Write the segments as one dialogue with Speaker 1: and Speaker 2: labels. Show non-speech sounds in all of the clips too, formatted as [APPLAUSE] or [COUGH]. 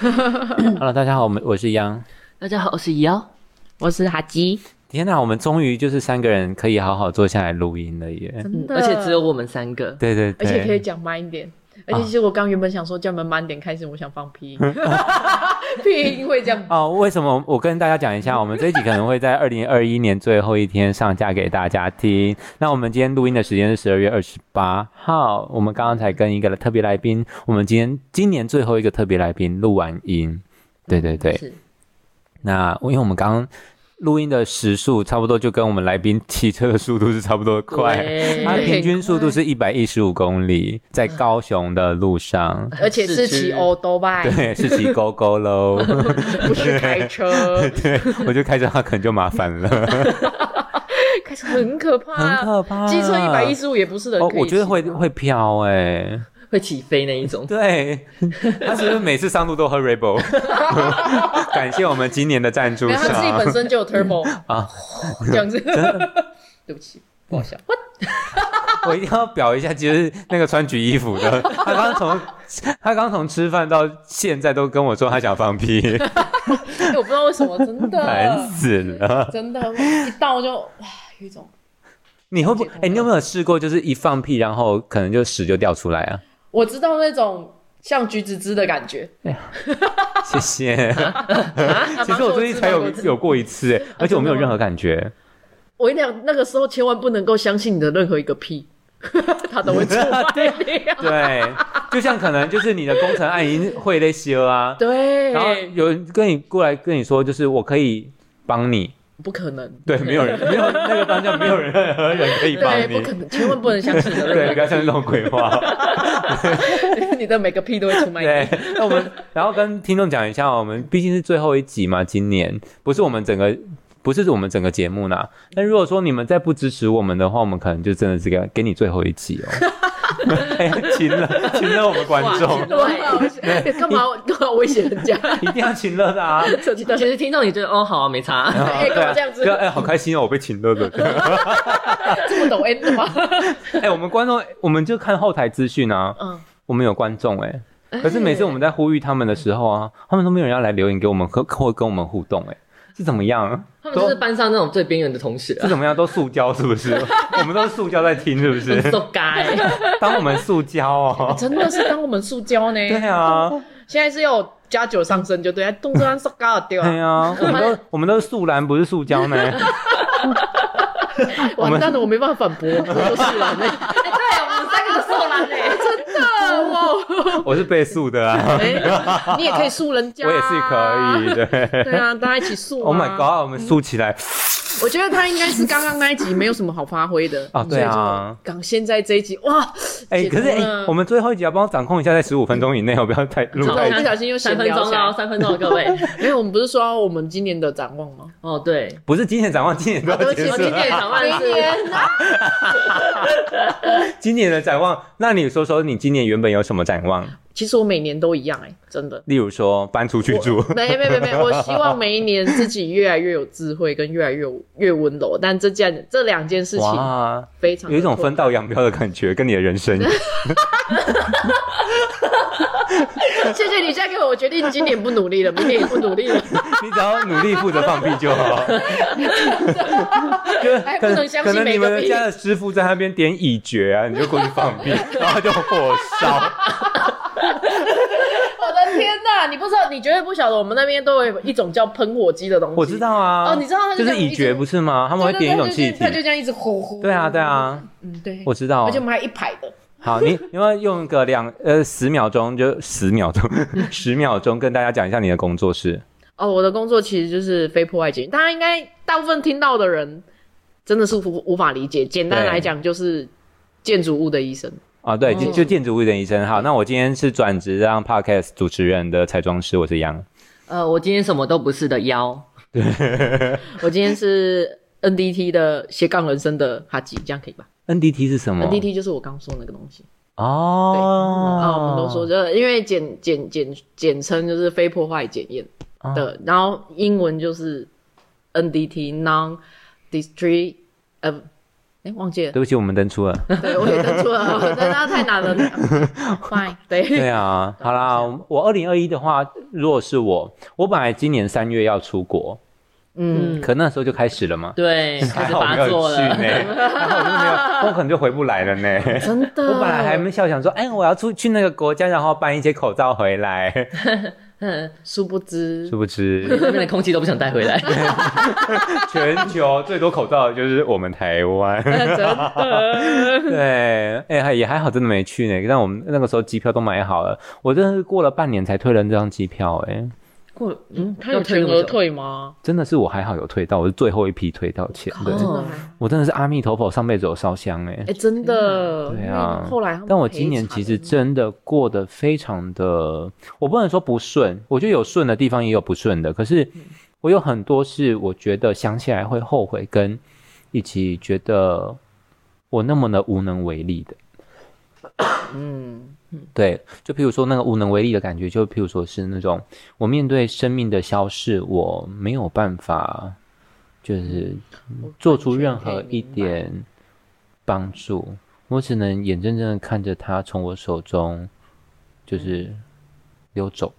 Speaker 1: Hello，大家好，我们我是央。
Speaker 2: 大家好，我是哦瑶，
Speaker 3: 我是哈基，
Speaker 1: 天哪，我们终于就是三个人可以好好坐下来录音了耶！
Speaker 3: 真
Speaker 2: 而且只有我们三个。
Speaker 1: 对对
Speaker 3: 而
Speaker 1: 对，啊
Speaker 3: 且可以讲慢一点。而且其实我刚原本想说叫你们慢点开始，我想放屁，
Speaker 1: 嗯
Speaker 3: [LAUGHS] 屁音会这样。
Speaker 1: 哦，为什么？我跟大家讲一下，我们这一集可能会
Speaker 3: [LAUGHS]
Speaker 1: 在二零二一年最后一天上架给大家听。那我们今天录音的时间是十二月二十八号，我们刚刚才跟一个特别来宾，我们今天今年最后一个特别来宾录完音。对对对，
Speaker 2: 是
Speaker 1: 那因为我们刚刚录音的时速差不多就跟我们来宾骑车的速度是差不多的快，[LAUGHS]
Speaker 2: 对
Speaker 1: 它平均速度是一百一十五公里，在高雄的路 [LAUGHS] 上。
Speaker 3: 而且是
Speaker 2: 市
Speaker 3: 骑
Speaker 2: 区
Speaker 3: 欧多拜，
Speaker 1: 对，是骑勾勾喽。 [LAUGHS]
Speaker 3: 不是开车，
Speaker 1: 对，我就开着它可能就麻烦了，
Speaker 3: 开车很可
Speaker 1: 很
Speaker 3: 怕。
Speaker 1: 可怕。
Speaker 3: 机车一百一十五也不是人
Speaker 1: 哦
Speaker 3: 可，以
Speaker 1: 我觉得
Speaker 3: 骑
Speaker 1: 会
Speaker 3: 的
Speaker 1: 会飘哎、
Speaker 2: 会起飞那一种。
Speaker 1: 对，他是不是每次上路都喝 Rebel？感谢我们今年的赞助
Speaker 3: 没有，他自己
Speaker 1: 商
Speaker 3: 本身
Speaker 1: [LAUGHS]
Speaker 3: 就有 turbo
Speaker 1: 啊！
Speaker 3: 这样子。 [LAUGHS] 对不起，不好笑。
Speaker 1: 我一定要表一下，就是那个穿橘衣服的，他刚从他刚从吃饭到现在都跟我说他想放
Speaker 3: [LAUGHS]
Speaker 1: 屁，
Speaker 3: 哎我不知道为什么，真
Speaker 1: 烦
Speaker 3: 的，
Speaker 1: 死了！
Speaker 3: 真的，一到就哇，有一种
Speaker 1: 你会不？哎、你有没有试过，就是一放屁，然后可能就屎就掉出来
Speaker 3: [LAUGHS]
Speaker 1: 啊？
Speaker 3: 我知道那种像橘子汁的感觉。
Speaker 1: 谢
Speaker 3: [LAUGHS]
Speaker 1: 谢。
Speaker 3: 啊
Speaker 1: 其实我最近才有
Speaker 3: 有。
Speaker 1: 有过一次，
Speaker 3: [LAUGHS]
Speaker 1: 哎，而且我没有任何感觉。
Speaker 3: 我跟你讲，那个时候千万不能够相信你的任何一个屁， [LAUGHS] 他都会出
Speaker 1: [LAUGHS]
Speaker 3: 卖你。
Speaker 1: 对，就像可能就是你的工程案已经会那些啊，
Speaker 3: 对，
Speaker 1: 然后有人跟你过来跟你说，就是我可以帮你。
Speaker 3: 不可能，
Speaker 1: 对，没有人，没有那个当下没有人任何人可以帮
Speaker 3: 对，
Speaker 1: 你
Speaker 3: 不。可能，千万不能
Speaker 1: [LAUGHS]
Speaker 3: 相信你的
Speaker 1: 对，
Speaker 3: 任
Speaker 1: 不要相信这种鬼话。
Speaker 3: 何，你的每个屁都会出卖
Speaker 1: 对
Speaker 3: 你。，
Speaker 1: 那我们然后跟听众讲一下，我们毕竟是最后一集嘛，今年不是我们整个。不是我们整个节目啦，但如果说你们再不支持我们的话，我们可能就真的是给给你最后一集哦。哎、亲了，亲了我们观众
Speaker 2: 哇，
Speaker 3: [LAUGHS] 对，干嘛干嘛威胁
Speaker 1: [LAUGHS]
Speaker 3: 人家？
Speaker 1: 一定要亲了的啊！
Speaker 3: 真的
Speaker 2: [LAUGHS] 其，实听到你觉得哦，好啊，
Speaker 1: [LAUGHS]
Speaker 2: 没差。
Speaker 3: 哎，干嘛这样子
Speaker 1: 对？啊，哎、好开心哦，我被亲了的。
Speaker 3: 这么懂 N 的吗？
Speaker 1: 哎、我们观众，我们就看后台资讯啊，
Speaker 3: [LAUGHS] 嗯，
Speaker 1: 我们有观众哎、可是每次我们在呼吁他们的时候啊，他们都没有人要来留言给我们，或或跟我们互动哎、是怎么样？
Speaker 2: 他们就是班上那种最边缘的同学
Speaker 1: 是
Speaker 2: 啊，
Speaker 1: 怎么样？都塑胶是不 [LAUGHS] 是？我们都是塑胶在听是不
Speaker 2: 很
Speaker 1: 是？
Speaker 2: 受该。
Speaker 1: 当我们塑胶哦。
Speaker 3: 真的是当我们塑胶呢？
Speaker 1: [LAUGHS] 对啊，
Speaker 3: 现在是要加九上升就对，动作按塑胶
Speaker 1: 对
Speaker 3: 对吧？
Speaker 1: 啊，我们都我们都是素蓝，不是塑胶呢。 [LAUGHS]
Speaker 3: 哎完蛋了，我没办法反驳，我都是了
Speaker 1: [LAUGHS]
Speaker 3: 呢。
Speaker 2: 哎对，啊我们三个都受难嘞。
Speaker 1: [LAUGHS] 我是被塑的啊，
Speaker 3: 哎，你也可以诉人家，
Speaker 1: 我也是可以。的。
Speaker 3: 对啊，大家一起诉啊。
Speaker 1: Oh my god，我们塑起来，
Speaker 3: 我觉得他应该是刚刚那一集没有什么好发挥的
Speaker 1: 啊对啊，
Speaker 3: 所以就刚现在这一集哇，
Speaker 1: 哎，可是
Speaker 3: 解脱
Speaker 1: 哎
Speaker 3: 了，
Speaker 1: 我们最后一集要帮我掌控一下，在十五分钟以内，我不要太录
Speaker 3: 我
Speaker 1: 太
Speaker 3: 不
Speaker 1: 久。
Speaker 3: 小心
Speaker 2: [LAUGHS]
Speaker 3: 又
Speaker 2: 三
Speaker 3: 闲
Speaker 2: 分
Speaker 3: 聊
Speaker 2: 钟
Speaker 3: 起
Speaker 2: 了，
Speaker 3: 来。
Speaker 2: 三分钟哦了，各 [LAUGHS] 位。
Speaker 3: 没有，我们不是说我们今年的展望吗？
Speaker 2: 哦，对，
Speaker 1: 不是今年展望， [LAUGHS] 今年都要结
Speaker 2: 我
Speaker 1: 束
Speaker 2: 今
Speaker 1: 了。
Speaker 2: 天想万
Speaker 3: 明
Speaker 2: 是
Speaker 3: 年啊
Speaker 1: 今年的展望，那你说说你今年原本有什么展望？
Speaker 3: 其实我每年都一样哎、真
Speaker 1: [LAUGHS]
Speaker 3: 的。
Speaker 1: 例如说搬出去住，
Speaker 3: 没没没没，我希望每一年自己越来越有智慧，跟越来越有越温柔。但这件这两件事情
Speaker 1: 哇，
Speaker 3: 非常
Speaker 1: 有一种
Speaker 3: 分。
Speaker 1: 分道扬镳的感觉，跟你的人生。
Speaker 3: 谢谢你嫁给我，我决定今年不努力了，明年也不努力
Speaker 2: [LAUGHS]
Speaker 3: 了，
Speaker 1: 你只要努力负责放屁就
Speaker 3: [LAUGHS]
Speaker 1: 好。就是
Speaker 3: 哎不
Speaker 1: 可
Speaker 3: 能
Speaker 1: 能
Speaker 3: 相信
Speaker 1: 可能
Speaker 3: 每
Speaker 1: 你
Speaker 3: 个
Speaker 1: 们的
Speaker 3: 屁
Speaker 1: 家的师傅在那边点乙觉啊，你就过去放屁，然后就火烧。
Speaker 3: 我的天哪！你不知道，你绝对不晓得，我们那边都有一种叫喷火机的东西。
Speaker 1: 我知道啊，
Speaker 3: 哦你知道他
Speaker 1: 就
Speaker 3: 就是这样
Speaker 1: 乙觉不是吗？他们会
Speaker 3: 对对
Speaker 1: 点一
Speaker 3: 对
Speaker 1: 种
Speaker 3: 对
Speaker 1: 气
Speaker 3: 对
Speaker 1: 体
Speaker 3: 他。就这样一直呼呼。
Speaker 1: 对啊，对，啊，
Speaker 3: 嗯，对。
Speaker 1: 我知哦道
Speaker 3: 而。且我们还一排的，
Speaker 1: 好，你你要用个两呃十秒钟，就十秒钟， [LAUGHS] 十秒钟跟大家讲一下你的工作室。
Speaker 3: 哦，我的工作其实就是非破坏节，大家应该大部分听到的人真的是无无法理解。简单
Speaker 1: 对
Speaker 3: 来讲，就是建筑物的医生。
Speaker 1: 啊，
Speaker 3: 哦
Speaker 1: 对，就
Speaker 2: 嗯
Speaker 1: 就建筑物的医生。好，那我今天是转职当 podcast 主持人的彩妆师，我是杨。
Speaker 2: 呃，我今天什么都不是的腰，
Speaker 3: 我今天是 NDT 的斜杠人生的哈吉，这样可以吧、
Speaker 1: NDT 是什么
Speaker 3: n d t 就是我刚说那个东西。对，
Speaker 1: 哦，
Speaker 3: 啊，我们都说就是因为简简简简称就是非破坏检验的，
Speaker 1: 嗯
Speaker 3: 然后英文就是 NDT Non Destructive 哎，忘记了，
Speaker 1: 对不起，我们登出了。
Speaker 3: 对我也登出了， [LAUGHS] 我登到
Speaker 1: [LAUGHS]
Speaker 3: 太难了。Fine，对，
Speaker 1: 对啊，好啦，我二零二一的话，如果是我，我本来今年三月要出国，
Speaker 3: 嗯，
Speaker 1: 可那时候就开始了嘛。
Speaker 2: 对，开
Speaker 1: 还
Speaker 2: 始
Speaker 1: 好我没
Speaker 2: 发
Speaker 1: 有
Speaker 2: 作
Speaker 1: 去呢，
Speaker 2: 了。
Speaker 1: 然后我就没有，我可能就回不来了呢。
Speaker 3: 真的，
Speaker 1: 我本来还没笑想说，哎，我要出去那个国家，然后搬一些口罩回来，
Speaker 2: 嗯，
Speaker 3: 殊不知
Speaker 1: 殊不知
Speaker 2: 那边的空气都不想带回来。 [LAUGHS]
Speaker 1: 全球最多口罩的就是我们台湾。
Speaker 3: 真的，
Speaker 1: 对，哎、还也还好，真的没去呢。但我们那个时候机票都买好了，我真的是过了半年才退了那张机票、哎，
Speaker 2: 过
Speaker 1: [LAUGHS]
Speaker 2: 嗯，
Speaker 3: 他
Speaker 2: 要
Speaker 3: 有全
Speaker 2: 那么
Speaker 3: 额
Speaker 2: 久，
Speaker 3: 退吗？
Speaker 1: 真的是我还好有退到，我是最后一批退到钱
Speaker 3: 靠
Speaker 1: 的
Speaker 3: 真。
Speaker 2: 哦
Speaker 3: 的还，
Speaker 1: 我真的是阿弥陀佛，上辈子有烧香哎、
Speaker 3: 哎，真的，
Speaker 1: 对啊
Speaker 3: 因为后来他们
Speaker 1: 但我今年
Speaker 3: 赔偿
Speaker 1: 其实真的过得非常的，我不能说不顺，我觉得有顺的地方也有不顺的，可是
Speaker 3: 嗯
Speaker 1: 我有很多是我觉得想起来会后悔，跟以及觉得我那么的无能为力的。
Speaker 3: 嗯， [LAUGHS]
Speaker 1: 对，就譬如说那个无能为力的感觉，就譬如说是那种我面对生命的消逝，我没有办法，就是
Speaker 3: 我
Speaker 1: 做出任
Speaker 3: 完
Speaker 1: 何
Speaker 3: 全可以
Speaker 1: 一
Speaker 3: 明白，
Speaker 1: 点帮助，我只能眼睁睁的看着它从我手中就是溜走。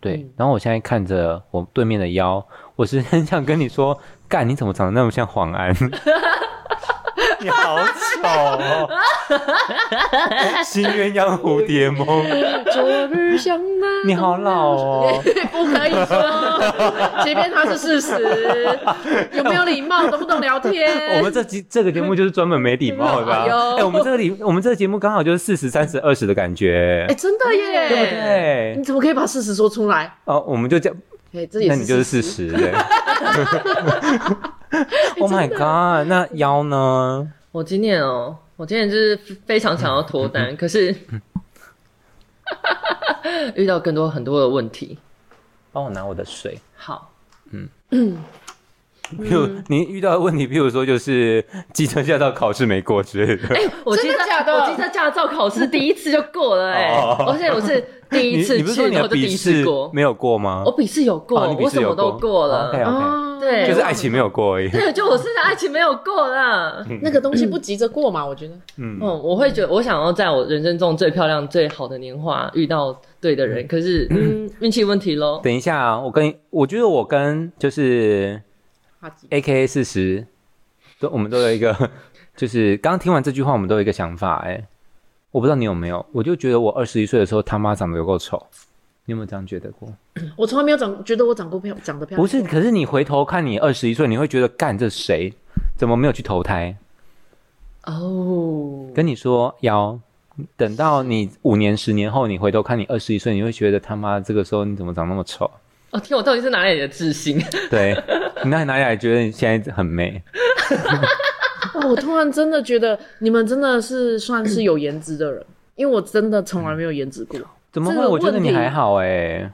Speaker 1: 对，
Speaker 3: 嗯
Speaker 1: 然后我现在看着我对面的腰，我是 [LAUGHS] 很想跟你说，干，你怎么长得那么像黄安？ [LAUGHS] 你好丑
Speaker 3: [LAUGHS]
Speaker 1: 哦！新鸳鸯蝴蝶梦，
Speaker 3: 昨日像 [LAUGHS] 那，
Speaker 1: 你好老哦！
Speaker 3: [LAUGHS] 不可以
Speaker 1: [LAUGHS]
Speaker 3: 说，即便它是事实，有没有礼貌，懂不懂聊天？
Speaker 1: 我们这集这个节目就是专门没礼貌的、啊。
Speaker 3: 哎呦
Speaker 1: 哎、我们这个礼，我们这个节目刚好就是四十、三十、二十的感觉
Speaker 3: 哎，，真的耶，
Speaker 1: 对不？对？
Speaker 3: 你怎么可以把事实说出来？
Speaker 1: 哦，我们就讲，
Speaker 3: 哎，这也
Speaker 1: 那
Speaker 3: 是
Speaker 1: 你就是
Speaker 3: 事
Speaker 1: 事
Speaker 3: 实。
Speaker 1: 实对。Oh my god！那腰呢？
Speaker 2: 我今年哦，我今年就是非常想要脱单，
Speaker 1: 嗯
Speaker 2: 可是 [LAUGHS] 遇到更多很多的问题。
Speaker 1: 帮我拿我的水。
Speaker 2: 好，
Speaker 1: 比如你遇到的问题，比如说就是机车驾照考试没过之类的，
Speaker 2: 哎、我
Speaker 3: 真
Speaker 2: 记
Speaker 3: 的
Speaker 2: 得
Speaker 3: 假的
Speaker 2: 我记得驾照考试第一次就过了哎、
Speaker 1: 哦
Speaker 2: 而且我是第
Speaker 1: [LAUGHS] 你
Speaker 2: 一次
Speaker 1: 你不是说
Speaker 2: 去，
Speaker 1: 你
Speaker 2: 然后
Speaker 1: 的
Speaker 2: 就第
Speaker 1: 笔
Speaker 2: 一次
Speaker 1: 试
Speaker 2: 过。
Speaker 1: 没有过吗？
Speaker 2: 我笔试有过，
Speaker 1: 哦，你笔
Speaker 2: 我
Speaker 1: 试
Speaker 2: 什
Speaker 1: 有
Speaker 2: 么都过了。
Speaker 1: OK OK，
Speaker 3: 哦
Speaker 2: 对
Speaker 1: 就是爱情没有过而已。
Speaker 2: [LAUGHS] 对，就我是爱情没有过啦。
Speaker 3: 那个东西不急着过嘛，我觉得。
Speaker 1: 嗯，
Speaker 2: 嗯，我会觉得我想要在我人生中最漂亮、最好的年华遇到对的人，可是嗯，运气问题喽。
Speaker 1: 等一下啊，我跟我觉得我跟就是
Speaker 3: 哈吉
Speaker 1: A K A 四十，都我们都有一个， [LAUGHS] 就是刚听完这句话，我们都有一个想法、哎，我不知道你有没有，我就觉得我二十一岁的时候他妈长得有够丑，你有没有这样觉得过？
Speaker 3: 我从来没有长觉得我长过漂长得漂亮。
Speaker 1: 不是，，可是你回头看你二十一岁，你会觉得干这谁怎么没有去投胎？
Speaker 2: 哦，
Speaker 1: 跟你说要等到你五年、十年后，你回头看你二十一岁，你会觉得他妈这个时候你怎么长那么丑？ [LAUGHS]
Speaker 2: 哦天，我到底是哪里来的自信？ [LAUGHS]
Speaker 1: 对，你那哪里还觉得你现在很美？
Speaker 3: 哦，我突然真的觉得你们真的是算是有颜值的人，因为我真的从来没有颜值过。
Speaker 1: 怎么
Speaker 3: 这
Speaker 1: 会？
Speaker 3: 个
Speaker 1: 我觉得你
Speaker 3: 问题
Speaker 1: 还好哎、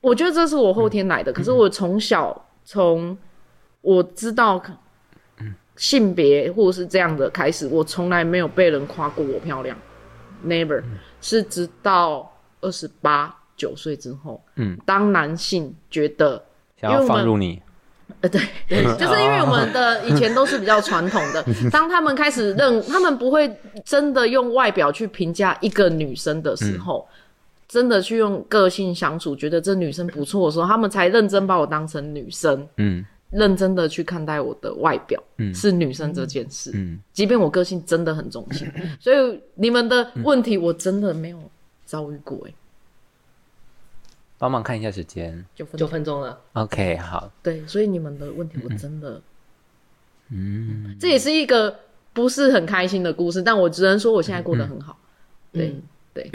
Speaker 3: 我觉得这是我后天来的，可是我从小从我知道性别或是这样的开始，我从来没有被人夸过我漂亮，never，是直到二十八九岁之后，
Speaker 1: 嗯，
Speaker 3: 当男性觉得
Speaker 1: 想要
Speaker 3: 因为我们
Speaker 1: 放入你，[LAUGHS]
Speaker 3: 呃，对，对，就是因为我们
Speaker 1: 哦
Speaker 3: 的以前都是比较传统
Speaker 1: [LAUGHS]
Speaker 3: 的，当他们开始认，他们不会真的用外表去评价一个女生的时候，
Speaker 1: 嗯
Speaker 3: 真的去用个性相处，觉得这女生不错的时候，他们才认真把我当成女生，
Speaker 1: 嗯
Speaker 3: 认真的去看待我的外表、
Speaker 1: 嗯
Speaker 3: 是女生这件事。
Speaker 1: 嗯，
Speaker 3: 即便我个性真的很中
Speaker 1: [LAUGHS]
Speaker 3: 性，所以你们的
Speaker 1: 嗯
Speaker 3: 问题我真的没有遭遇过、欸，
Speaker 1: 帮忙看一下时间。
Speaker 3: 九分
Speaker 2: 九
Speaker 3: 钟
Speaker 2: 分钟了，
Speaker 1: OK，好，
Speaker 3: 对，所以你们的问题我真的。
Speaker 1: 嗯，
Speaker 3: 这也是一个不是很开心的故事，但我只能说我现在过得很好。
Speaker 1: 嗯
Speaker 3: 对，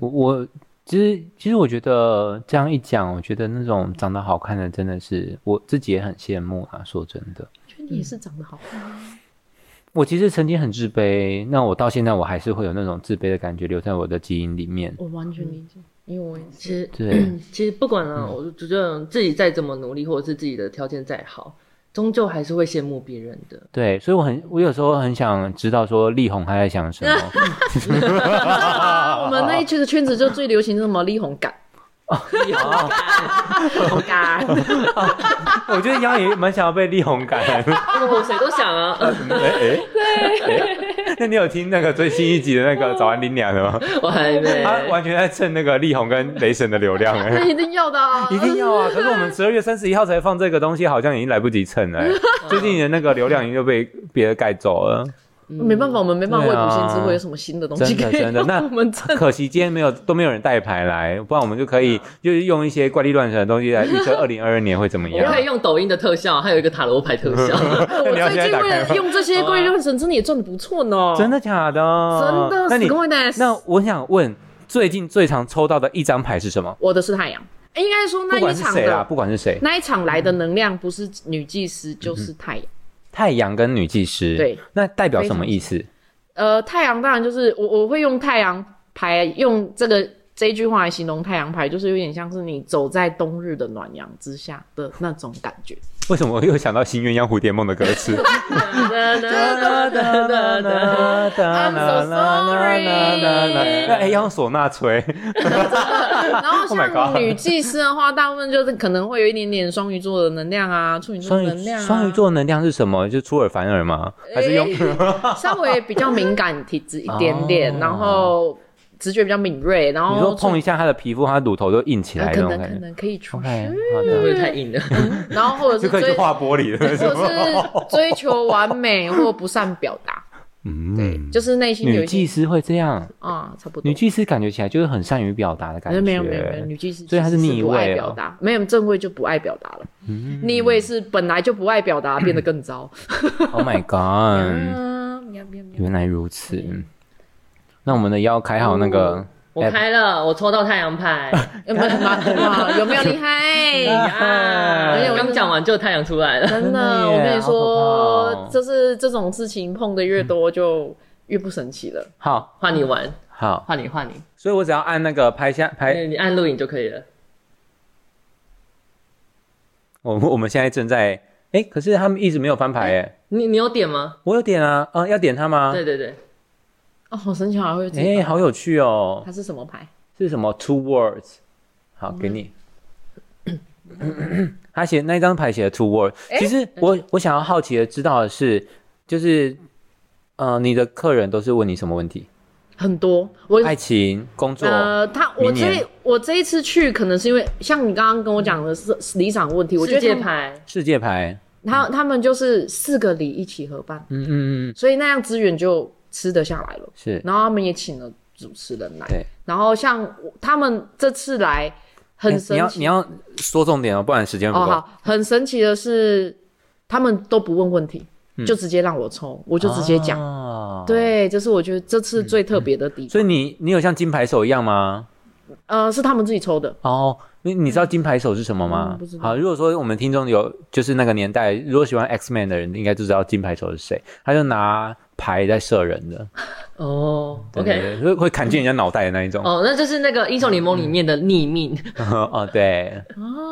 Speaker 1: 我我其实其实我觉得这样一讲，我觉得那种长得好看的真的是我自己也很羡慕啊。说真的，
Speaker 3: 觉得你也是长得好
Speaker 1: 嗯
Speaker 3: 看，
Speaker 1: 我其实曾经很自卑，那我到现在我还是会有那种自卑的感觉留在我的基因里面。
Speaker 3: 我完全理解，因为我也
Speaker 2: 其实
Speaker 1: 对，
Speaker 2: 其实不管
Speaker 1: 嗯
Speaker 2: 了、我就觉得自己再怎么努力，或者是自己的条件再好，终究还是会羡慕别人
Speaker 1: [LAUGHS]
Speaker 2: 的。
Speaker 1: 对，所以我很我有时候很想知道说力宏他在想什么。啊 [LAUGHS]
Speaker 3: 是。我们那一群的圈子就最流行什么力宏感，
Speaker 2: 有
Speaker 1: 啊
Speaker 2: 感，
Speaker 3: 好干。
Speaker 1: 我觉得央也蛮想要被力宏感的。
Speaker 2: 我谁都想
Speaker 1: [LAUGHS]
Speaker 2: 啊，
Speaker 1: 哎哎，对。那你有听那个最新一集的那个《早安林鸟》的吗？
Speaker 2: 我还没。
Speaker 1: 他完全在蹭那个力宏跟雷神的流量哎、
Speaker 3: 那 [LAUGHS] 一定要的啊！
Speaker 1: 一定要啊！可是我们十二月三十一号才放这个东西，好像已经来不及蹭
Speaker 3: [LAUGHS]
Speaker 1: 了、哎最近你的那个流量已经就被别的盖走了，
Speaker 3: 没办法，我们没办法为
Speaker 1: 对啊
Speaker 3: 不幸之会有什么新的东西
Speaker 1: 嗯真的
Speaker 3: 可以
Speaker 1: 真的
Speaker 3: [LAUGHS] 让
Speaker 1: 那
Speaker 3: 我们蹭。
Speaker 1: 可惜今天没有都没有人带牌来，不然我们就可以
Speaker 3: 啊
Speaker 1: 就是用一些怪力乱神的东西来预测二零二二年会怎么
Speaker 2: 我
Speaker 1: 样
Speaker 3: [LAUGHS]
Speaker 2: 可。以用抖音的特效，还有一个塔罗牌特效。
Speaker 3: 我
Speaker 1: [LAUGHS] 你要
Speaker 3: 最
Speaker 1: 现在
Speaker 3: 近
Speaker 1: 打
Speaker 3: 为
Speaker 1: 开
Speaker 3: 了
Speaker 1: 吗？
Speaker 3: 用这些规律乱神，真的也赚的不错呢。
Speaker 1: 真的假的？
Speaker 3: 真的，
Speaker 1: 那你
Speaker 3: 死呢？
Speaker 1: 那我想问，最近最常抽到的一张牌是什么？
Speaker 3: 我的是太阳，诶应该说那
Speaker 1: 不管
Speaker 3: 一
Speaker 1: 是
Speaker 3: 场
Speaker 1: 谁啦，啊
Speaker 3: 的
Speaker 1: 不管是谁，
Speaker 3: 那一场来的能量不是女祭司就是
Speaker 1: 嗯
Speaker 3: 太阳。
Speaker 1: 太阳跟女祭司，
Speaker 3: 对，
Speaker 1: 那代表什么意思？
Speaker 3: 呃，太阳当然就是我我会用太阳牌，用这个这一句话来形容太阳牌，就是有点像是你走在冬日的暖阳之下的那种感
Speaker 1: [LAUGHS]
Speaker 3: 觉。
Speaker 1: 为什么我又想到《新鸳鸯蝴蝶梦》的歌
Speaker 3: [LAUGHS]
Speaker 1: 词？ [LAUGHS] 那哎，要用唢呐吹，
Speaker 3: 然后
Speaker 1: Oh my
Speaker 3: 像
Speaker 1: God
Speaker 3: 女祭司的话，大部分就是可能会有一点点双鱼座的能量啊，处女座
Speaker 1: 双
Speaker 3: 的
Speaker 1: 鱼
Speaker 3: 能量、啊，
Speaker 1: 双鱼座能量是什么？就出尔反尔吗？还是用？
Speaker 3: 稍微比较敏感体质一点点，
Speaker 1: [LAUGHS] 哦
Speaker 3: 然后直觉比较敏锐，然后
Speaker 1: [LAUGHS] 你说碰一下他的皮肤，他乳头就硬起
Speaker 3: 哦啊
Speaker 1: 来
Speaker 3: 可
Speaker 1: 那种
Speaker 3: 能哦可
Speaker 1: 感觉。
Speaker 3: 能可以出去，
Speaker 1: OK，好
Speaker 2: 会不
Speaker 1: 的，
Speaker 2: 会太硬了？
Speaker 3: 然后或者
Speaker 1: 就是可以去
Speaker 3: 追，
Speaker 1: 画玻璃 [LAUGHS] 了，是
Speaker 3: 或
Speaker 1: 吗？
Speaker 3: 者是追求完美或不善表达，对
Speaker 1: 嗯，
Speaker 3: 就是内心有
Speaker 1: 女
Speaker 3: 一
Speaker 1: 祭
Speaker 3: 些
Speaker 1: 司会这样，
Speaker 3: 啊，差不多
Speaker 1: 女。祭司感觉起来就是很善于表达的感觉。
Speaker 3: 没有没有没有没有，女祭司
Speaker 1: 所以她是
Speaker 3: 其实
Speaker 1: 逆
Speaker 3: 不爱
Speaker 1: 位哦
Speaker 3: 表达，没有正位就不爱表达了，
Speaker 1: 嗯
Speaker 3: 逆位是本来就不爱表达，变得更糟。
Speaker 1: Oh my god！
Speaker 3: 啊喵喵喵
Speaker 1: 原来如此。嗯那我们的要开好那个，
Speaker 2: 我开了，我抽到太阳牌，
Speaker 3: 有没有哇有没有厉害？
Speaker 2: 啊！
Speaker 3: 哎
Speaker 2: 刚讲完就太阳出来
Speaker 3: [LAUGHS]
Speaker 2: 了。
Speaker 3: 真
Speaker 1: [LAUGHS] 真的
Speaker 3: 的，
Speaker 1: 耶
Speaker 3: 我跟
Speaker 1: 好
Speaker 3: 你
Speaker 1: 可怕
Speaker 3: 说
Speaker 1: 哦，
Speaker 3: 就是这种事情碰的越多，就越不神奇了。
Speaker 1: 好
Speaker 2: 换你玩，
Speaker 1: 好，
Speaker 2: 换你换你，
Speaker 1: 所以我只要按那个拍下拍，
Speaker 2: 你你按录影就可以了。
Speaker 1: 我我们现在正在，哎，可是他们一直没有翻牌，哎，
Speaker 2: 你你有点吗？
Speaker 1: 我有点啊，啊，要点它吗？
Speaker 2: 对对对，
Speaker 3: 哦，好神奇，还会自己
Speaker 1: 哎，好有趣哦
Speaker 3: 它，是什么牌？
Speaker 1: 是什么？Two words，好，
Speaker 3: 嗯
Speaker 1: 给你。 [CLEARS THROAT] 他写那张牌写的 two words，
Speaker 3: 哎
Speaker 1: 其实我我想要好奇的知道的是，就是，呃，你的客人都是问你什么问题？
Speaker 3: 很多，我
Speaker 1: 爱情、工作，
Speaker 3: 呃，他我
Speaker 1: 明年
Speaker 3: 这我这一次去，可能是因为像你刚刚跟我讲的是是离场问题，我
Speaker 2: 世
Speaker 3: 觉得
Speaker 2: 界
Speaker 3: 他们
Speaker 2: 牌，
Speaker 1: 世界牌，
Speaker 3: 他他们就是四个里一起合办，
Speaker 1: 嗯嗯嗯，
Speaker 3: 所以那样资源就吃得下来了。
Speaker 1: 是
Speaker 3: 然后他们也请了主持人来，
Speaker 1: 对。
Speaker 3: 然后像我他们这次来很
Speaker 1: 哎你
Speaker 3: 神
Speaker 1: 要
Speaker 3: 奇，
Speaker 1: 你要说重点哦，不然时间不
Speaker 3: 哦，
Speaker 1: 够。
Speaker 3: 好，很神奇的是，他们都不问问题，
Speaker 1: 嗯
Speaker 3: 就直接让我抽，我就直接讲。
Speaker 1: 哦，
Speaker 3: 对，这是我觉得这次最特别的地方。
Speaker 1: 嗯所以你你有像金牌手一样吗？
Speaker 3: 呃，是他们自己抽的，
Speaker 1: 哦，你你知道金牌手是什么吗？
Speaker 3: 嗯不知道
Speaker 1: 好，如果说我们听众有就是那个年代，如果喜欢 X Man 的人，应该就知道金牌手是谁，他就拿牌在射人
Speaker 3: [LAUGHS]
Speaker 1: 的
Speaker 2: 哦
Speaker 1: 对
Speaker 2: ，OK，
Speaker 1: 对对会会砍进人家脑袋的那一种。
Speaker 2: 哦，那就是那个英雄联盟里面的逆命，
Speaker 1: [LAUGHS]
Speaker 3: 嗯
Speaker 1: 哦，对，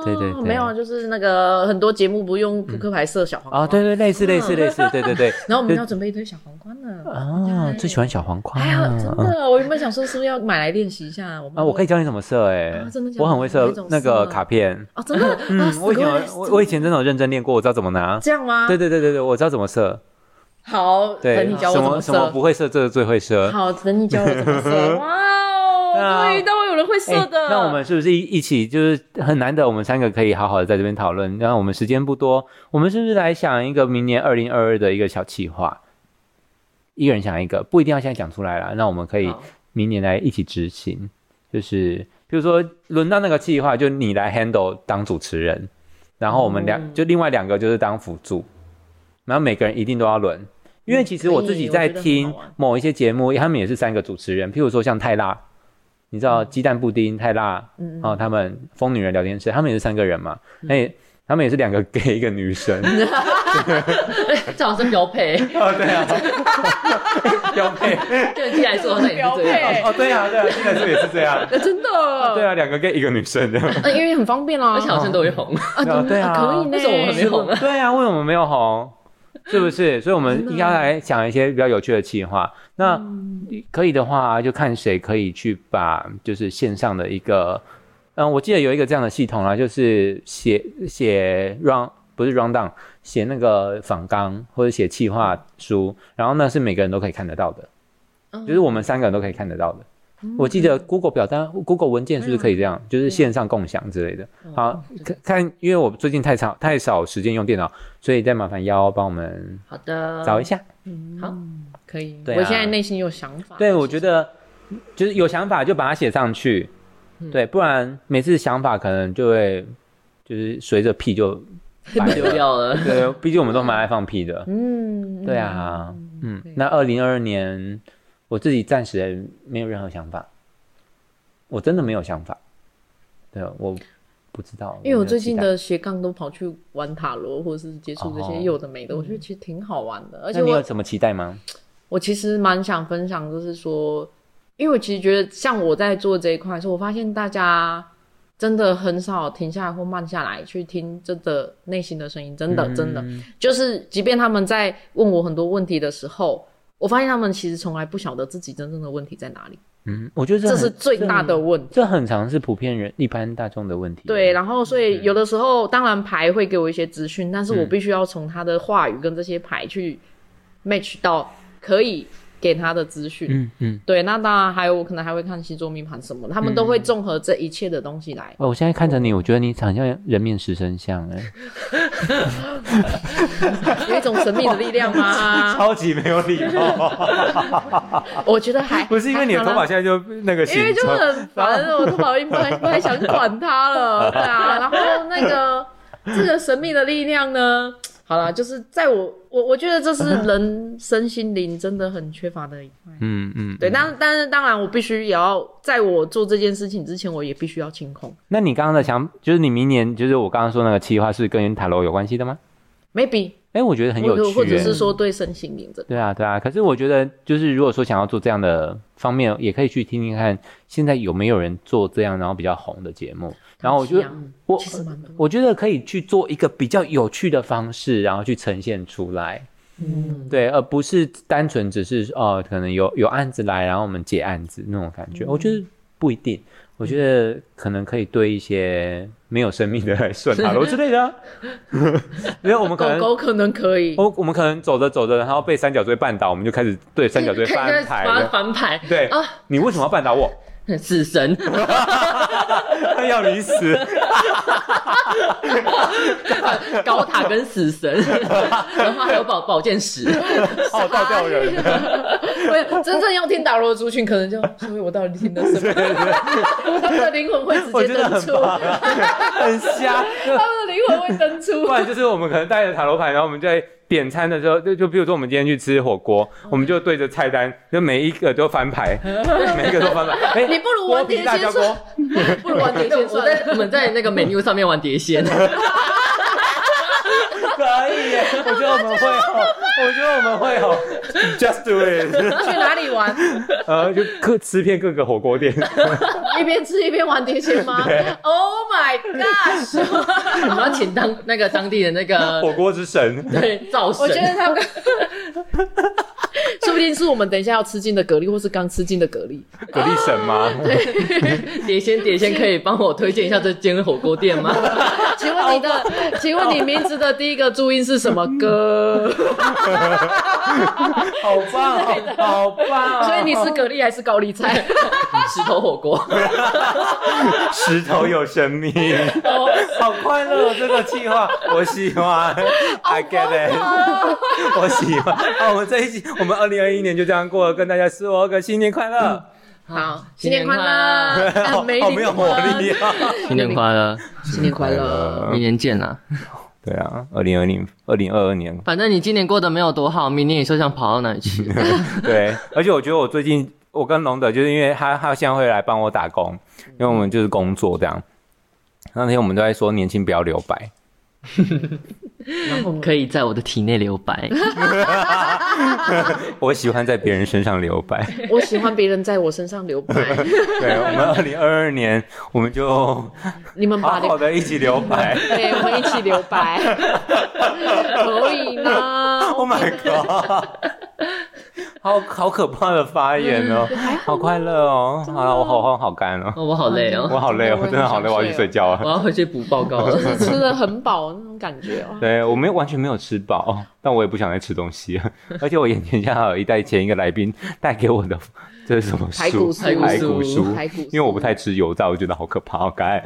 Speaker 1: 对对对
Speaker 3: 没有啊，就是那个很多节目不用扑克牌射小黄瓜，
Speaker 1: 哦，对对，类似类似类似，对对
Speaker 3: [LAUGHS]
Speaker 1: 对。
Speaker 3: 然后我们要准备一堆小黄瓜呢。
Speaker 1: 啊，最喜欢小黄瓜。
Speaker 3: 哎呀，真
Speaker 1: 嗯
Speaker 3: 的，我原本想说是不是要买来练习一下？我们
Speaker 1: 啊，我可以教你怎么射哎、
Speaker 3: 啊真的假的
Speaker 1: 我很会射
Speaker 3: 哪种
Speaker 1: 那个
Speaker 3: 射
Speaker 1: 卡片。
Speaker 3: 哦，真的，啊
Speaker 1: [LAUGHS] 嗯，我以前
Speaker 3: 死
Speaker 1: 有
Speaker 3: 鬼
Speaker 1: 我我以前真的有认真练过，我知道怎么拿。
Speaker 3: 这样吗？
Speaker 1: 对，对对对对，我知道怎么射。
Speaker 3: 好，
Speaker 1: 对，
Speaker 3: 等你教
Speaker 1: 什
Speaker 3: 我
Speaker 1: 什么
Speaker 3: 怎
Speaker 1: 不
Speaker 3: 么
Speaker 1: 会射，这个最会射。
Speaker 3: 射。好，等你教我怎
Speaker 1: [LAUGHS]
Speaker 3: 么射。哇哦，
Speaker 1: 那
Speaker 3: 终于到有人会射
Speaker 1: 啊哎
Speaker 3: 的。
Speaker 1: 那我们是不是一一起就是很难得，我们三个可以好好的在这边讨论。然后我们时间不多，我们是不是来想一个明年二零二二的一个小企划？一个人想一个，不一定要现在讲出来啦。那我们可以
Speaker 2: 好
Speaker 1: 明年来一起执行，就是比如说轮到那个计划，就你来 handle 当主持人，然后我们
Speaker 3: 哦
Speaker 1: 两、就另外两个就是当辅助，然后每个人一定都要轮。因为其实
Speaker 3: 可以
Speaker 1: 我自己
Speaker 3: 我
Speaker 1: 在
Speaker 3: 觉得很
Speaker 1: 听
Speaker 3: 好玩
Speaker 1: 某一些节目，他们也是三个主持人，譬如说像泰辣，你知
Speaker 3: 嗯
Speaker 1: 道鸡蛋布丁、泰辣，嗯，哦，他们疯女人聊天室，他们也是三个人嘛，
Speaker 3: 嗯
Speaker 1: 那、也他们也是两个 [LAUGHS] gay 一个女
Speaker 3: [LAUGHS]
Speaker 1: 生，
Speaker 3: 啊
Speaker 2: [LAUGHS] 正好是标配，
Speaker 1: 哦，对啊， [LAUGHS] 标配，
Speaker 2: 对你来说，那也是 [LAUGHS] 最好。
Speaker 3: 标配
Speaker 1: 哦，对啊，对啊，现在是也是这样，
Speaker 3: 哎真的，
Speaker 1: 对啊，两个 gay 一个女生这样，
Speaker 3: 呃，因为很方便啦，
Speaker 2: 而且好像都会红，
Speaker 1: 哦对啊，
Speaker 3: 可以呢。
Speaker 2: 为什么我还没红啊？
Speaker 1: 对啊，为什么没有红？是不
Speaker 2: [LAUGHS]
Speaker 1: 是？所以我们应该来想一些比较有趣的企划。那可以的话，就看谁可以去把就是线上的一个嗯，我记得有一个这样的系统啦，就是写写 run 不是 run down，写那个访纲或者写企划书，然后呢是每个人都可以看得到的，
Speaker 2: 嗯
Speaker 1: 就是我们三个人都可以看得到的。我记得 Google 表单、Google 文件是不是可以这
Speaker 2: 嗯
Speaker 1: 样，就是线上共享之类的。
Speaker 2: 哦
Speaker 1: 好，看看，因为我最近太少太少时间用电脑，所以再麻烦幺帮我们
Speaker 2: 好 [LAUGHS] 的，
Speaker 1: 找一下。
Speaker 2: 好，可以。
Speaker 1: 对啊
Speaker 3: 我现在内心有想法。
Speaker 1: 对，我觉得就是有想法就把它写上去，
Speaker 2: 嗯
Speaker 1: 对，不然每次想法可能就会就是随着屁就
Speaker 2: [LAUGHS]
Speaker 1: 白
Speaker 2: 丢。掉了。
Speaker 1: 对，毕竟我们都蛮爱放屁的。
Speaker 3: 嗯，
Speaker 1: 对啊，嗯，那二零二二年我自己暂时没有任何想法，我真的没有想法。对，我不知道，
Speaker 3: 因为我最近
Speaker 1: 没有期
Speaker 3: 的斜杠都跑去玩塔罗，或者是接触这
Speaker 1: 哦
Speaker 3: 些有的没的，我觉得其实挺好玩的。而
Speaker 1: 待，
Speaker 3: 且
Speaker 1: 那你有
Speaker 3: 我
Speaker 1: 什么期待吗？
Speaker 3: 我其实蛮想分享，就是说，因为我其实觉得像我在做这一块的时候，我发现大家真的很少停下来或慢下来去听真的内心的声音，真的
Speaker 1: 嗯
Speaker 3: 真的就是，即便他们在问我很多问题的时候。我发现他们其实从来不晓得自己真正的问题在哪里，
Speaker 1: 嗯，我觉得
Speaker 3: 这
Speaker 1: 很
Speaker 3: 是最大的问题。
Speaker 1: 这很常是普遍人一般大众的问题。
Speaker 3: 对，，然后所以有的时候，当然牌会给我一些资讯，但是
Speaker 1: 嗯
Speaker 3: 我必须要从他的话语跟这些牌去 match 到可以给他的资讯。
Speaker 1: 嗯嗯。
Speaker 3: 对，那当然还有我可能还会看星座命盘什么的，他们都
Speaker 1: 嗯
Speaker 3: 会综合这一切的东西来。
Speaker 1: 哦，我现在看着你，我觉得你长像人面食神像哎、
Speaker 3: 有一种神秘的力量
Speaker 1: [LAUGHS] [LAUGHS]
Speaker 3: 吗？
Speaker 1: 超级没有礼 [LAUGHS] 貌。
Speaker 3: 我觉得还
Speaker 1: 不是因为你的头发。现在就那 [LAUGHS] 个
Speaker 3: 还好啦因
Speaker 1: 形
Speaker 3: 为就
Speaker 1: 状，
Speaker 3: 很烦，我头发已经不太不太想管它
Speaker 1: [LAUGHS]
Speaker 3: 了，对啊。然后那个这个神秘的力量呢，好啦，就是在我我我觉得这是人身心灵真的很缺乏的一块。
Speaker 1: 嗯嗯，
Speaker 3: 对，但但是当然，我必须也要在我做这件事情之前，我也必须要清空。
Speaker 1: 那你刚刚的想，就是你明年，就是我刚刚说那个计划是跟塔罗有关系的吗？
Speaker 3: maybe
Speaker 1: 哎，我觉得很有
Speaker 3: 或者
Speaker 1: 趣、
Speaker 3: 或者
Speaker 1: 哎
Speaker 3: 是说对身心灵这，
Speaker 1: 对啊，对啊。可是我觉得，就是如果说想要做这样的方面，也可以去听听看，现在有没有人做这样然后比较红的节目。然后我觉得
Speaker 3: 嗯
Speaker 1: 我
Speaker 3: 其实蛮多
Speaker 1: 我觉得可以去做一个比较有趣的方式，然后去呈现出来。
Speaker 2: 嗯，
Speaker 1: 对，而不是单纯只是哦，可能有有案子来，然后我们接案子那种感觉。我觉
Speaker 3: 嗯
Speaker 1: 得不一定，我觉得可能可以对一些没有生命的人 [LAUGHS] 顺塔罗之类的啊、 [LAUGHS] 因为我们可
Speaker 3: 狗
Speaker 1: 能。
Speaker 3: 狗可能可以。
Speaker 1: 我我们可能走着走着，然后被三角锥绊倒，我们就开始对三角锥翻牌
Speaker 2: 翻
Speaker 1: 了。
Speaker 2: 翻牌，
Speaker 1: [LAUGHS] 对
Speaker 2: 啊，
Speaker 1: 你为什么要绊倒
Speaker 3: [LAUGHS]
Speaker 1: 我？
Speaker 2: 死神，
Speaker 1: 要你死！
Speaker 2: 高塔跟死神，然后还有宝宝剑石，
Speaker 3: [LAUGHS]
Speaker 1: 哦，倒吊人。
Speaker 3: 对，真正要听打罗的族群，可能就所以我到底
Speaker 1: [LAUGHS]
Speaker 3: 听的什么？他们的灵魂会直
Speaker 1: 我
Speaker 3: 接
Speaker 1: 觉得
Speaker 3: 登
Speaker 1: 很
Speaker 3: 出，
Speaker 1: 棒， [LAUGHS] 很瞎。
Speaker 3: 他们的灵魂会登出
Speaker 1: 不。然就是我们可能带着塔罗牌，然后我们在点餐的时候，就就比如说我们今天去吃火锅，我们就对着菜单，就每一个都翻
Speaker 3: [LAUGHS]
Speaker 1: 牌，每一个都翻牌。哎、
Speaker 3: 你不如
Speaker 1: 锅
Speaker 3: 玩碟
Speaker 1: 皮辣
Speaker 3: 仙
Speaker 1: 椒
Speaker 3: 算
Speaker 1: 锅，，
Speaker 3: 不如玩碟仙
Speaker 2: 我
Speaker 3: 算
Speaker 2: 在
Speaker 3: 了。
Speaker 2: 我们在那个 menu 上面玩碟仙，
Speaker 1: 可以
Speaker 3: [LAUGHS]
Speaker 1: 耶！我觉得我们会吼，我觉得我们会吼，just do it。
Speaker 3: 去哪里玩？
Speaker 1: [LAUGHS] 呃，就各吃遍各个火锅店。
Speaker 3: 一边吃一边玩碟仙
Speaker 1: [LAUGHS]
Speaker 3: 吗？Oh my gosh！
Speaker 2: 我们要请当那个当地的那个
Speaker 1: 火锅之 [LAUGHS] 神，
Speaker 2: 对灶
Speaker 3: 我觉得
Speaker 2: 神，
Speaker 3: 他们， [LAUGHS] 说不定是我们等一下要吃进的蛤蜊，或是刚吃进的蛤蜊。
Speaker 1: 蛤蜊神吗？
Speaker 2: 碟仙碟仙可以帮我推荐一下这间火锅店吗？
Speaker 3: 请问你的，请问你名字的第一个注音
Speaker 1: [LAUGHS]
Speaker 3: 是什么？哥，
Speaker 1: [LAUGHS] 好棒哦，好棒哦！
Speaker 3: 所以你是蛤蜊还是高丽菜？
Speaker 2: 石头火锅，
Speaker 1: 石头有生命，
Speaker 3: 哦
Speaker 1: 好快乐哦！这个计
Speaker 3: [LAUGHS]
Speaker 1: 划我喜欢，I
Speaker 3: 啊
Speaker 1: get
Speaker 3: [LAUGHS]
Speaker 1: it，我喜欢。啊，我们这一期，我们二零二一年就这样过了，跟大家说个新年快乐，
Speaker 3: 好，
Speaker 2: 新
Speaker 3: 新
Speaker 2: 年
Speaker 3: 年
Speaker 2: 快
Speaker 3: 快
Speaker 2: 乐
Speaker 3: 乐！
Speaker 1: [LAUGHS]
Speaker 3: 哎 [LAUGHS]
Speaker 1: 好
Speaker 3: 没
Speaker 1: 好没有
Speaker 3: 灵
Speaker 1: 活
Speaker 3: 魂
Speaker 1: 力啊！
Speaker 4: 新年快乐，
Speaker 2: 新年快乐，
Speaker 1: 嗯
Speaker 2: 明年见啦！
Speaker 1: 对啊，二零二零、二零二二年，
Speaker 2: 反正你今年过得没有多好，明年你就想跑到哪里去？
Speaker 1: 对，而且我觉得我最近，我跟龙德就是因为他，他现在会来帮我打工，因为我们就是工作这样。那天我们都在说年轻不要留白，
Speaker 2: 可以在我的体内留白。
Speaker 1: 我喜欢在别人身上留白。
Speaker 3: 我喜欢别人在我身上留白， [LAUGHS]
Speaker 1: 对，我们二零二二年，我们就
Speaker 3: 你们把
Speaker 1: 好好
Speaker 3: 留，
Speaker 1: 的一起留白。
Speaker 3: 对，我们一起留 [LAUGHS] 白，可以吗
Speaker 1: Oh my god！Oh 好好可怕的发言哦，
Speaker 3: 嗯
Speaker 1: 好快乐哦！好了，我喉咙好干哦，
Speaker 2: 哦，我好累
Speaker 1: 我
Speaker 2: 哦，
Speaker 1: 好累，哦，
Speaker 3: 真的我也
Speaker 1: 真的好
Speaker 3: 很
Speaker 1: 累，
Speaker 3: 想
Speaker 1: 我要去
Speaker 3: 睡
Speaker 1: 睡觉
Speaker 2: 我
Speaker 1: 了。
Speaker 2: 要回去补报告了。
Speaker 3: [LAUGHS] 就是吃的很饱那种感觉哦。
Speaker 1: [LAUGHS] 对，我没有完全没有吃饱，但我也不想再吃东西了。 [LAUGHS] 而且我眼前现在还有一袋前一个来宾带给我的，这是什么
Speaker 3: 排骨
Speaker 1: 书？
Speaker 3: 酥，
Speaker 2: 排骨
Speaker 1: 排
Speaker 2: 酥
Speaker 1: 骨酥，
Speaker 3: 排骨酥，
Speaker 1: 因为我不太吃油炸，我觉得好可怕，好干。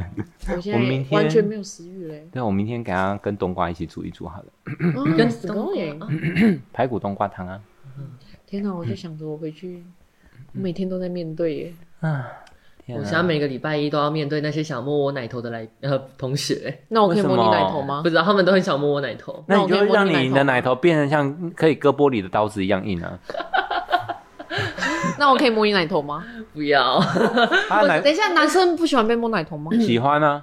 Speaker 3: 我现
Speaker 1: 我明
Speaker 3: 在
Speaker 1: 天。
Speaker 3: 完全没有食欲嘞啊
Speaker 1: 对，我明天给他跟冬瓜一起煮一煮好了，
Speaker 3: 嗯跟
Speaker 2: 跟
Speaker 3: 死狗眼，
Speaker 1: 排骨冬瓜汤啊。
Speaker 3: 天哪！我就想着我回去，我每天都在面对耶。
Speaker 1: 啊，天
Speaker 2: 我
Speaker 1: 啊
Speaker 2: 想每个礼拜一都要面对那些想摸我奶头的来呃同学，
Speaker 3: 那我可以
Speaker 1: 为什
Speaker 3: 摸
Speaker 1: 么
Speaker 3: 你奶头吗
Speaker 2: 不？知道他们都很想摸我奶头。
Speaker 1: 那你就会
Speaker 3: 那我
Speaker 1: 让
Speaker 3: 可以摸
Speaker 1: 你
Speaker 3: 你
Speaker 1: 的
Speaker 3: 奶
Speaker 1: 奶
Speaker 3: 头
Speaker 1: 头变成像可以割玻璃的刀子一样硬啊！
Speaker 3: 那我可以摸你奶头吗？
Speaker 2: 不要， [LAUGHS]
Speaker 1: 啊，
Speaker 3: [LAUGHS] 我
Speaker 1: 奶
Speaker 3: 等一下，男生不喜欢被摸奶头 [LAUGHS] 吗？
Speaker 1: 喜欢啊，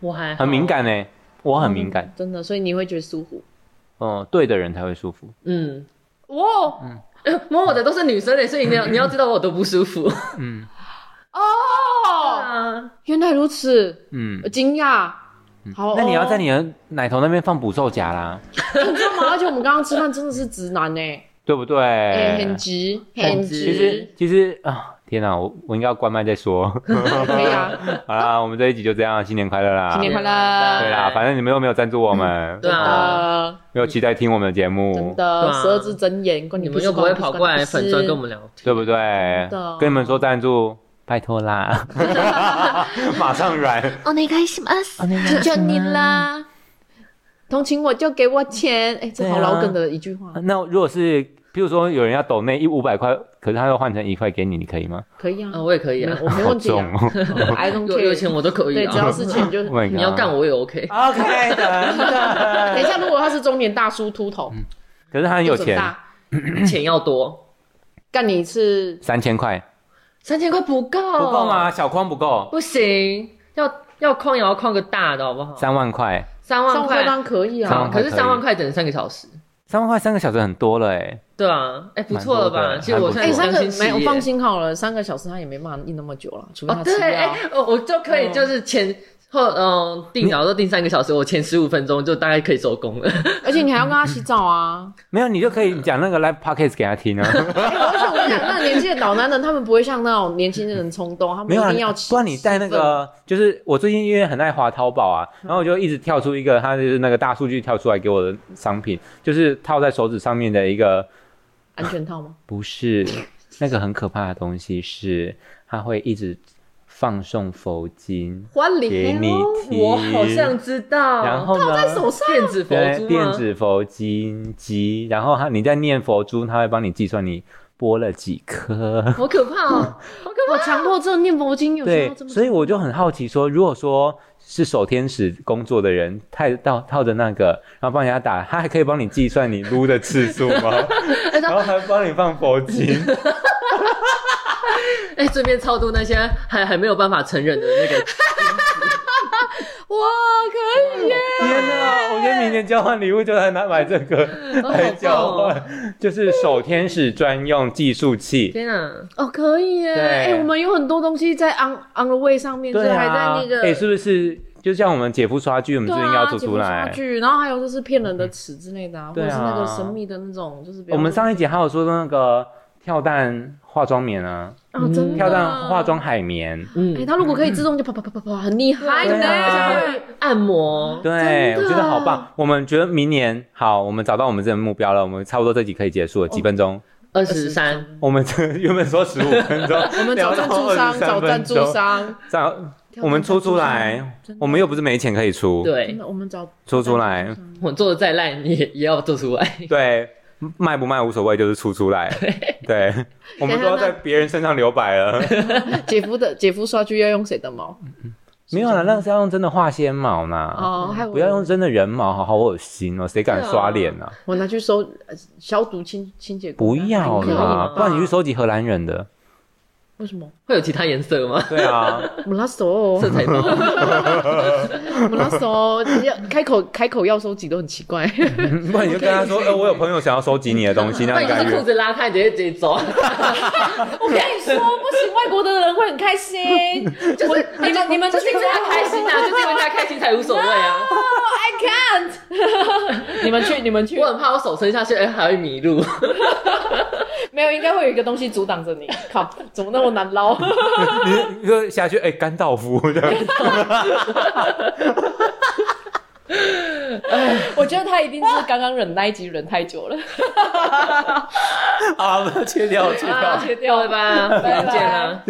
Speaker 2: 我还好
Speaker 1: 很敏。感呢，我很敏感，
Speaker 3: 真的，所以你会觉得舒服。
Speaker 1: 嗯，对的人才会舒服。
Speaker 2: 嗯，
Speaker 3: 哇哦
Speaker 2: 呃摸我的都是女生的，所
Speaker 1: [LAUGHS]
Speaker 2: 以你要你要知道我多不舒服。
Speaker 1: 嗯
Speaker 3: 哦，
Speaker 2: 啊，
Speaker 3: 原来如此，
Speaker 1: 嗯
Speaker 3: 我，惊讶。好，
Speaker 1: 那你要在
Speaker 2: 哦
Speaker 3: 你
Speaker 1: 你的奶头那边放捕兽夹啦，
Speaker 3: 知道吗？而且我们刚刚吃饭真的是直男
Speaker 1: [LAUGHS]
Speaker 3: 哎，
Speaker 1: 对不对？
Speaker 3: 哎，很直，
Speaker 2: 很直
Speaker 1: 其实其实啊，天哪，我我应该要关麦再说。
Speaker 3: [LAUGHS] 可以啊。
Speaker 1: 好啦，我们这一集就这样，新年快乐啦！
Speaker 3: 新年快乐
Speaker 1: 对啦，反正你们又没有赞助我们，哦
Speaker 2: 对啊，
Speaker 3: 呃，
Speaker 1: 没有期待听我们的节
Speaker 3: 真
Speaker 1: 目，
Speaker 3: 的
Speaker 2: 对，啊
Speaker 3: 十二字真言，关
Speaker 2: 你
Speaker 3: 不
Speaker 2: 们
Speaker 3: 是
Speaker 2: 又不会跑过来
Speaker 3: 关你屁事
Speaker 2: 粉砖跟我们聊天。
Speaker 1: 对不对
Speaker 3: 的？
Speaker 1: 跟你们说赞助，拜托
Speaker 3: [LAUGHS]
Speaker 1: 啦，马上软。
Speaker 4: お願いします。
Speaker 3: 求求你
Speaker 1: [LAUGHS]
Speaker 3: 啦！同情我就给我钱，哎，这
Speaker 1: 对啊
Speaker 3: 好老梗的一句话，
Speaker 1: 那如果是，比如说有人要抖那一五百块，可是他又换成一块给你，你可以吗？
Speaker 3: 可以啊，
Speaker 2: 啊，我也可以
Speaker 3: 没
Speaker 2: 啊
Speaker 3: 有，我没问题啊
Speaker 1: 好哦
Speaker 3: ，I
Speaker 2: [LAUGHS]
Speaker 3: don't
Speaker 2: 有有
Speaker 3: care，
Speaker 2: 钱我都可以
Speaker 3: 对，
Speaker 2: 啊。
Speaker 3: 只要是
Speaker 1: [LAUGHS]
Speaker 3: 钱就。
Speaker 1: Oh
Speaker 3: [LAUGHS]
Speaker 1: my
Speaker 2: 你要
Speaker 1: god
Speaker 2: 干我也
Speaker 1: [LAUGHS]
Speaker 2: OK。
Speaker 1: OK 的。
Speaker 3: 等一下，如果他是中年大叔秃头，
Speaker 1: 可是他很有
Speaker 3: 肚子
Speaker 1: 钱
Speaker 3: 很，大，
Speaker 2: 钱要多，
Speaker 3: 干你一次
Speaker 1: 三千块
Speaker 2: 三千块不够，
Speaker 1: 不够？
Speaker 3: 哦
Speaker 1: 吗？小框不够，
Speaker 2: 不行，要要框也要框个大的好不好？
Speaker 1: 三万块，
Speaker 2: 三
Speaker 3: 上
Speaker 2: 万
Speaker 3: 课
Speaker 2: 块，
Speaker 3: 当然可以
Speaker 1: 三
Speaker 3: 啊
Speaker 1: 万，
Speaker 2: 可
Speaker 1: 块
Speaker 2: 是
Speaker 1: 可以
Speaker 2: 三万块只能三个小时，
Speaker 1: 三万块三个小时很多了哎。
Speaker 2: 对啊，哎，不错
Speaker 1: 蛮
Speaker 2: 了
Speaker 1: 多
Speaker 2: 吧？
Speaker 1: 的
Speaker 2: 其实我现
Speaker 3: 哎、
Speaker 2: 在
Speaker 3: 三
Speaker 2: 相
Speaker 3: 个
Speaker 2: 信事
Speaker 3: 没
Speaker 2: 业
Speaker 3: 有放心好了，三个小时他也没办法印那么久了，除非
Speaker 2: 哦
Speaker 3: 他，吃
Speaker 2: 对，
Speaker 3: 药。啊
Speaker 2: 哎，我我就可以就是前后嗯定然后都定三个小时，我前十五分钟就大概可以收
Speaker 1: [LAUGHS]
Speaker 2: 工了。
Speaker 3: 而且你还要跟他洗澡 [LAUGHS] 啊！
Speaker 1: 没有，你就可以讲那个 live podcast 给他听啊。
Speaker 3: [LAUGHS] 哎而且我跟你讲，那个年纪的老男人，他们不会像那种年轻人冲动，他
Speaker 1: 没
Speaker 3: 们
Speaker 1: 有
Speaker 3: 一
Speaker 1: 啊
Speaker 3: 定要，吃。
Speaker 1: 不然你带那个，就是我最近因为很爱滑淘宝啊，然后我就一直跳出一个，它就是那个大数据跳出来给我的商品，就是套在手指上面的一个
Speaker 3: 安全套吗？
Speaker 1: 不
Speaker 3: [LAUGHS]
Speaker 1: 是，那个很可怕的东西是，它会一直放送佛经
Speaker 3: 欢哦
Speaker 1: 给
Speaker 3: 礼
Speaker 1: 你听，
Speaker 2: 我好像知道，
Speaker 1: 然后呢？
Speaker 3: 哦手上
Speaker 2: 电子佛珠
Speaker 1: 对，
Speaker 2: 吗
Speaker 1: 电子佛经机，然后它你在念佛珠，它会帮你计算你播了几颗。
Speaker 2: 好可怕哦，好可
Speaker 3: 我
Speaker 2: 怕。
Speaker 3: 强迫症念佛经有需
Speaker 1: 对
Speaker 3: 要，这么
Speaker 1: 所以我就很好奇说，如果说是守天使工作的人，太套套着那个，然后帮人家打，他还可以帮你计算你撸的次数吗？然后还帮你放佛经。
Speaker 2: 哎，顺便超度那些还还没有办法承认的那个
Speaker 3: 哇，可以耶！
Speaker 1: 天哪！我觉得明年交换礼物就来拿买这个来交换，就是手天使专用计数器。
Speaker 2: [LAUGHS] 天啊，
Speaker 3: 哦，可以耶！
Speaker 1: 对
Speaker 3: 哎、我们有很多东西在 on on the way 上面，就
Speaker 1: 对
Speaker 3: 是还在
Speaker 1: 啊
Speaker 3: 那，个，
Speaker 1: 哎，是不是就像我们姐夫刷剧，我们
Speaker 3: 对
Speaker 1: 最近要
Speaker 3: 啊，解
Speaker 1: 做出
Speaker 3: 不下
Speaker 1: 来？嗯
Speaker 3: 去，然后还有就是骗人的词之类的啊，或
Speaker 1: 对
Speaker 3: 者
Speaker 1: 啊
Speaker 3: 是那个神秘的那种，就是比
Speaker 1: 我
Speaker 3: 方
Speaker 1: 们
Speaker 3: 说
Speaker 1: 上一集还有说那个跳蛋化妆棉啊，
Speaker 3: 啊，真的
Speaker 1: 跳蛋化。妆海绵，
Speaker 2: 嗯
Speaker 3: 哎，，他如果可以自动就啪啪啪啪啪，很厉害
Speaker 1: 对啊
Speaker 3: 呢。
Speaker 2: 而且会按摩，
Speaker 1: 对，我
Speaker 3: 真的
Speaker 1: 觉得好棒。我们觉得明年好，我们找到我们这个目标了，我们差不多这集可以结束了，几分
Speaker 3: 哦
Speaker 1: 钟？
Speaker 2: 二十三，
Speaker 1: 我们这原本说十五分钟，
Speaker 3: [LAUGHS] 我们找赞助商，找赞助商，
Speaker 1: 找 [LAUGHS] 我们出出来
Speaker 3: 真的，
Speaker 1: 我们又不是没钱可以出，
Speaker 3: 真
Speaker 2: 对，
Speaker 3: 的，我们找
Speaker 1: 出出来，
Speaker 2: 我做的再烂，你也也要做出来。
Speaker 1: 对，卖不卖无所谓，就是出出来，对，我们都要在别人身上留白了。
Speaker 3: 姐夫的 [LAUGHS] 姐夫刷剧要用谁的毛？
Speaker 1: 嗯没有啦，那个是要用真的化纤毛呢，
Speaker 3: 哦，害我
Speaker 1: 不要用真的人毛，好好恶心哦，谁敢刷脸呢？
Speaker 3: 我拿去收呃消毒清清洁
Speaker 1: 不
Speaker 3: 过来。
Speaker 1: 要
Speaker 3: 你可以
Speaker 1: 啦
Speaker 3: 吗，
Speaker 1: 不然你去收集荷兰人的，
Speaker 3: 为什么？
Speaker 2: 会有其他颜色吗？
Speaker 1: [LAUGHS] 对啊，
Speaker 3: 我拉手，我
Speaker 2: 色彩包
Speaker 3: 拉手， [LAUGHS] 要开口开口要收集都很奇怪。
Speaker 1: 不然你就跟他说，呃，我有朋友想要收集你的东西，那
Speaker 2: [LAUGHS] 那
Speaker 1: 你
Speaker 2: 你就
Speaker 1: 敢
Speaker 2: 是裤
Speaker 1: 约？
Speaker 2: 子拉开，直接直接走。啊
Speaker 3: 我跟你说，不行，外国的人会很开心。就是你们你们
Speaker 2: 就是因为他开心啊，就是因为他开心才无所谓啊。
Speaker 3: 你们去你们去
Speaker 2: 我，很怕我手伸下去，哎，还会迷路。
Speaker 3: 没没有，应该会有一个东西阻挡着你。靠，怎么那么难捞？ [LAUGHS]
Speaker 1: 你你说下去，哎、甘道夫这样，
Speaker 3: 我觉得他一定是刚刚忍那一集忍太久了，
Speaker 1: 好，我们切掉，切
Speaker 3: 把它
Speaker 1: 掉。
Speaker 3: 切掉
Speaker 1: 啊
Speaker 2: 掉了吧， [LAUGHS]
Speaker 3: 拜拜
Speaker 2: 再见啦。